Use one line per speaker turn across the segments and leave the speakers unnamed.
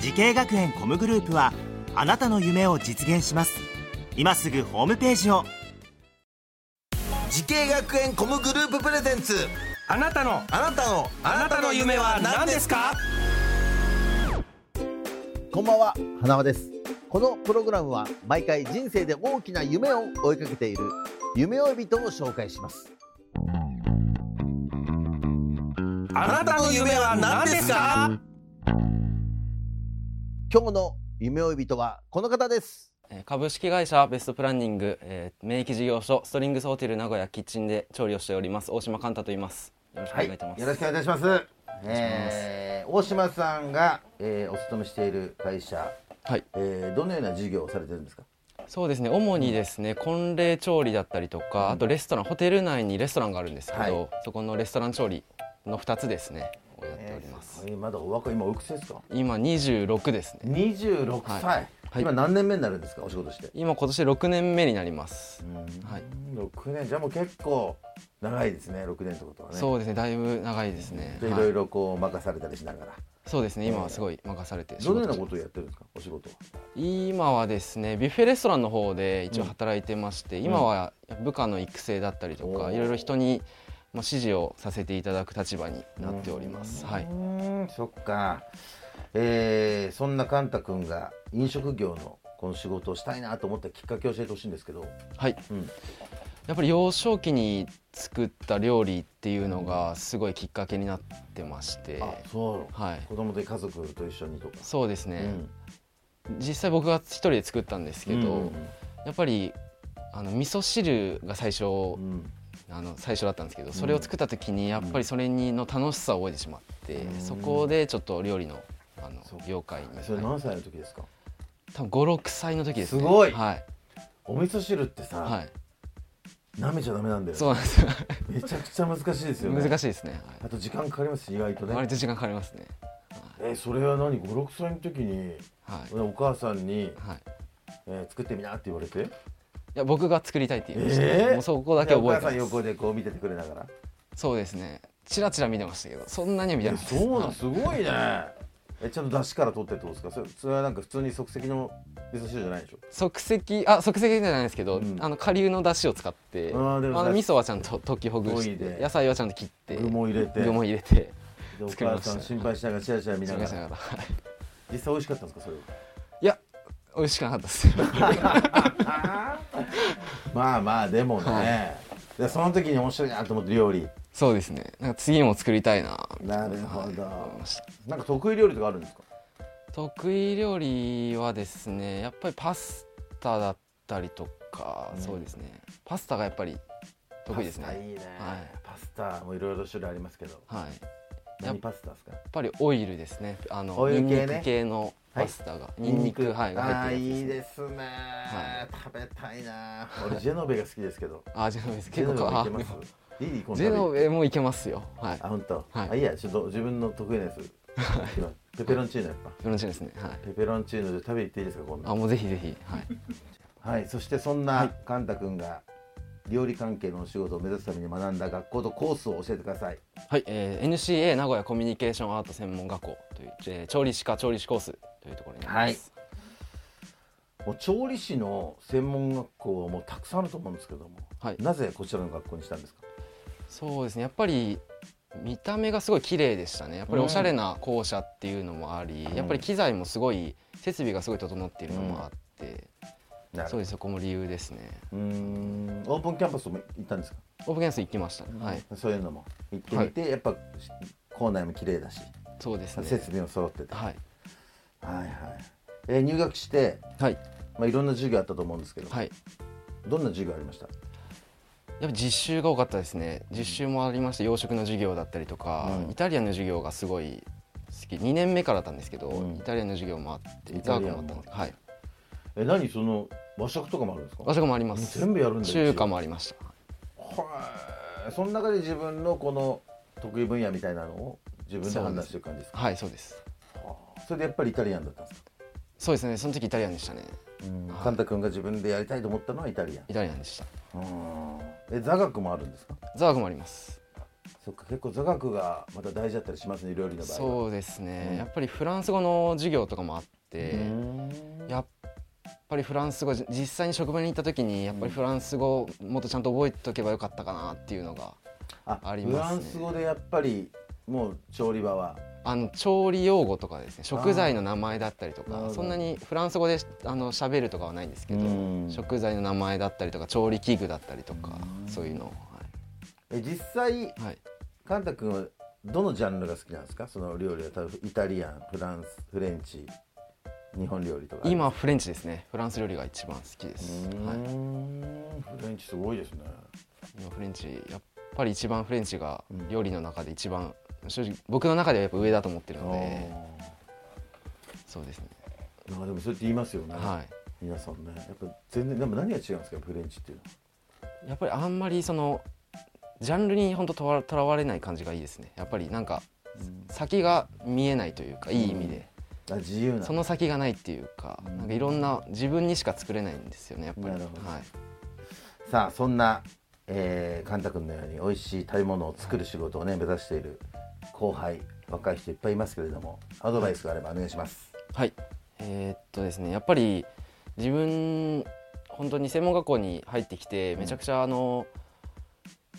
時系学園コムグループはあなたの夢を実現します今すぐホームページを
時系学園コムグループプレゼンツ
あなたの
あなたの
あなたの夢は何ですか
こんばんは、花輪です。このプログラムは毎回人生で大きな夢を追いかけている夢追い人を紹介します。
あなたの夢は何ですか
今日の夢追い人はこの方です。
えー株式会社ベストプランニング、えー、免疫事業所ストリングスホテル名古屋キッチンで調理をしております大島寛太と言いますよろしくお
は
願
い、
いいたします、
よろしくお願いいたします。えー、大島さんが、えー、お勤めしている会社、
はい
えー、どのような事業をされてるんですか。
そうですね主にですね婚礼調理だったりとかあとレストランホテル内にレストランがあるんですけど、
はい
そこのレストラン調理の2つですねをやっております、
えーまだお若い今おいくつですか。
今26ですね
二十六歳、
はいはい
今何年目になるんですかお仕事して。
今今年6年目になります、はい、
六年じゃあもう結構長いですね六年ってことはね。
そうですねだいぶ長いですね、
でい
はい
ろいろこう任されたりしながら。
そうですね今はすごい任されて仕
どの
事
ような
中
ことをやってるんですかお仕事は。
今はですねビュッフェレストランの方で一応働いてまして、今は部下の育成だったりと
お
か
ー、
いろいろ人にまあ指示をさせていただく立場になっております、はいう
ーんそっか、えーそんなカンタ君が飲食業のこの仕事をしたいなと思ったきっかけを教えてほしいんですけど、
はい
うん
やっぱり幼少期に作った料理っていうのがすごいきっかけになってまして、
あそう、
はい
子供と家族と一緒にとか、
そうです
う
ね、
ん
実際僕が一人で作ったんですけど、
うん
やっぱりあの味噌汁が最初、
うん
あの最初だったんですけどそれを作った時にやっぱりそれにの楽しさを覚えてしまって、そこでちょっと料理のあの
そう
業界に、
それ
はい
何歳の時ですか
多分56歳の時ですね
すごい
はい、
お味噌汁ってさ、
はい、
舐めちゃダメなんだよ
そうなんですよ
めちゃくちゃ難しいですよね
難
しい
しいですね、
あと時間かかりますし意外と
はい、
ね
割と時間かかりますね
えーそれは何56歳の時に
はい、
お母さんに、
はい、い
えー作ってみなって言われて
や僕が作りたいって言いました、
えー
もうそこだ
で
け
お
覚え
母
て
さ
ま
ん
す
横でこう見ててくれながら
そうですねチラチラ見てましたけどそんなには見て
え
なかったです
そうなん
はい
すごいねえちゃんと出汁から取ってってことですかそれそれはなんか普通に即席の味噌汁じゃないでしょ
即席あ即席じゃないですけど、
うん
あの顆粒の出汁を使って
あーでも
あの
だ
味噌はちゃんと溶きほぐし
研い
て
で
野菜はちゃんと切って
具も入れて
具も入れて
でお
作り
母
ました
さん心配しながらシャラシャラ見なが
しな
ら
がらはい
実際美味しかったんですかそれはい
や美味しくなかったです
まあまあでもね、でその時に面白いなと思って料理
そうですねなんか次も作りたいな
なるほど
はい思いました
なんか得意料理とかあるんですか
得意料理はですねやっぱりパスタだったりとか、そうですねパスタがやっぱり得意です
パスタ
ね
いいね、
はい
パスタもいろいろ種類ありますけど
はいや
何パスタですか
っぱりオイルですねあの
オイル
ニ
系
ン
ね
ニク系のパスタが、ニンニクはいが
ああ
入ってる
い
やつ
い
ですね
ですね、
は
食べたいな俺ジェノベが好きですけど
あジェノベです
ジェ
結
ノ
構
ベもい
か
けますいい今度
ジェノベもいけますよはい
あ、本当。
はい
あ、いいや、ちょっと自分の得意なやつ。今ペペロンチーノやっぱ。
よろしいですねはい
ペペロンチーノで食べに行っていいですか、今
あ
度。
もうぜひぜひはい
はい、そしてそんなカンタ君が料理関係のお仕事を目指すために学んだ学校とコースを教えてください。
はい、えー NCA 名古屋コミュニケーションアート専門学校という、えー調理師科調理師コースというところになります、
もう調理師の専門学校はもうたくさんあると思うんですけども、
はい
なぜこちらの学校にしたんですか。
そうですねやっぱり見た目がすごい綺麗でしたねやっぱりおしゃれな校舎っていうのもあり、やっぱり機材もすごい設備がすごい整っているのもあって、
な
そうですそこも理由ですね
うーん、オープンキャンパスも行ったんですか。
オープンキャンス行きましたね、はい
そういうのも行ってみて、やっぱ校内も綺麗だし、
そうですね
設備も揃ってて。
はい
はいはい。えー入学して、
はい
まあいろんな授業あったと思うんですけど、
はい
どんな授業ありました
やっぱ実習が多かったですね実習もありまして洋食の授業だったりとか、
うん
イタリアンの授業がすごいき2年目からだったんですけど、
うん
イタリアの授業もあって
イ
イ
タ
タ
リ
リ
ア
ア
も
もあったんですけどはい
え何その和食とかもあるんですか
和食もあります
全部やるんだうち
中華もありました
はいその中で自分のこの得意分野みたいなのを自分で判断してる感じですか
はいそうです
それでやっぱりイタリアンだったんですか
そうですねその時イタリアンでしたねはい
カンタ君が自分でやりたいと思ったのはイタリ
イタリアンでした
アンうんえ座学もあるんですか
座学もあります
そっか結構座学がまた大事だったりしますね料理の場合は
そうですね、
うん
やっぱりフランス語の授業とかもあって、やっぱりフランス語じ実際に職場に行った時にやっぱりフランス語もっとちゃんと覚えておけばよかったかなっていうのが
あ
あります
フ
ね
ランス語でやっぱりもう調理場は
あの調理用語とかですね食材の名前だったりと
なるほ
か
ど
そんなにフランス語であの喋るとかはないんですけど
うん
食材の名前だったりとか調理器具だったりとかそういうのを
え実際
はい、はい、
カンタ君はどのジャンルが好きなんですかその料理は多分イタリアンフランスフレンチ日本料理とか
今フレンチですねフランス料理が一番好きで
う
す、
ー
はい、
んフレンチすごいですね
今フレンチやっぱり一番フレンチが
うん
料理の中で一番正直僕の中ではやっぱ上だと思ってる
あ
のでそうですね
ーなんかでもそうやって言いますよね、
は
皆さんねやっぱ全然でも何が違うんですかフレンチっていうの
いやっぱりあんまりそのジャンルに本当とらとらわれない感じがいいですねやっぱりなんか先が見えないというかいい意味で
はあ自由な
その先がないっていうかなんかいろんな自分にしか作れないんですよねやっぱり
なるほど
はい
さあそんな、えー、カンタ君のように美味しい食べ物を作る仕事をね目指している後輩若い人いっぱいいますけれどもアドバイスがあればお願いします、
はい、えーっとですねやっぱり自分本当に専門学校に入ってきてめちゃくちゃあの、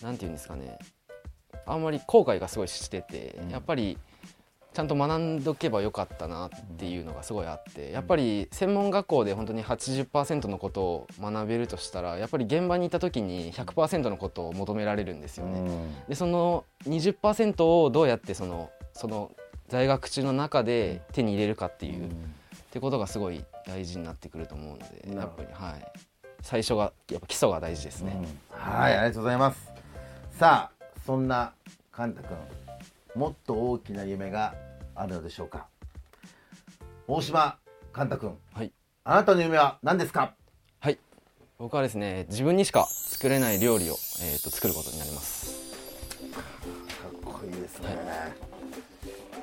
なんていうんですかねあんまり後悔がすごいしてて、やっぱりちゃんと学んどけばよかったなっていうのがすごいあってやっぱり専門学校で本当に80%のことを学べるとしたらやっぱり現場にいた時に100%のことを求められるんですよね。でその20%をどうやってそのその在学中の中で手に入れるかっていう、ってことがすごい大事になってくると思うので
な
や
る
っ
ほ
ぱりはい最初がやっぱ基礎が大事ですね、
はいありがとうございますさあそんなカンタ君もっと大きな夢があるのでしょうか大島カンタ君
はい
あなたの夢は何ですか
はい僕はですね自分にしか作れない料理を、えー、と作ることになります
かっこいいですね、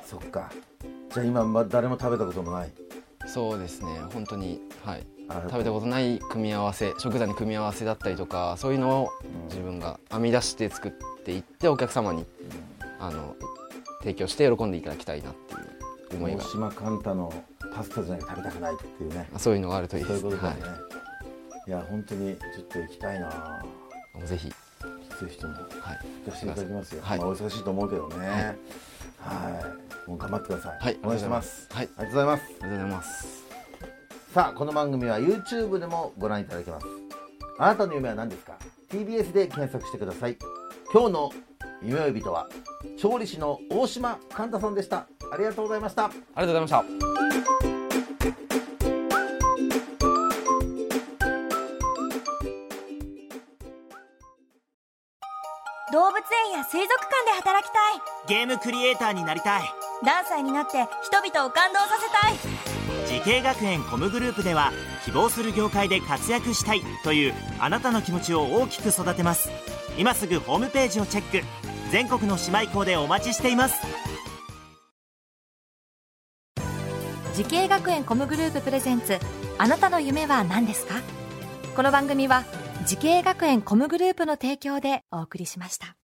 そっかじゃあ今ま誰も食べたこともない
そうですね本当にはい
あ
食べたことない組み合わせ食材の組み合わせだったりとかそういうのを自分が編み出して作っていってお客様に、あの提供して喜んでいただきたいなっていう思い
大
が
島カンタのパスタじゃなくて食べたくないっていうね
そういうのがあるといい
そうい
で
うこと
す
だ
は
よね、い、や本当にちょっと行きたいな
はいぜひ、
ぜひとも
はい、
行かせていただきますよ、
はい
まあ、お忙しいと思うけどねはいもう頑張ってください、
はい
お願いします
はい
ありがとうございます
ありがとうございます
さあこの番組は YouTube でもご覧いただけますあなたの夢は何ですか TBS で検索してください今日の夢呼びとは調理師の大島カンタさんでしたありがとうございました
ありがとうございました
動物園や水族館で働きたい
ゲームクリエイターになりたい
何歳になって人々を感動させたい
時系学園コムグループでは希望する業界で活躍したいというあなたの気持ちを大きく育てます今すぐホームページをチェック全国の姉妹校でお待ちしています
時系学園コムグループプレゼンツあなたの夢は何ですかこの番組は時系学園コムグループの提供でお送りしました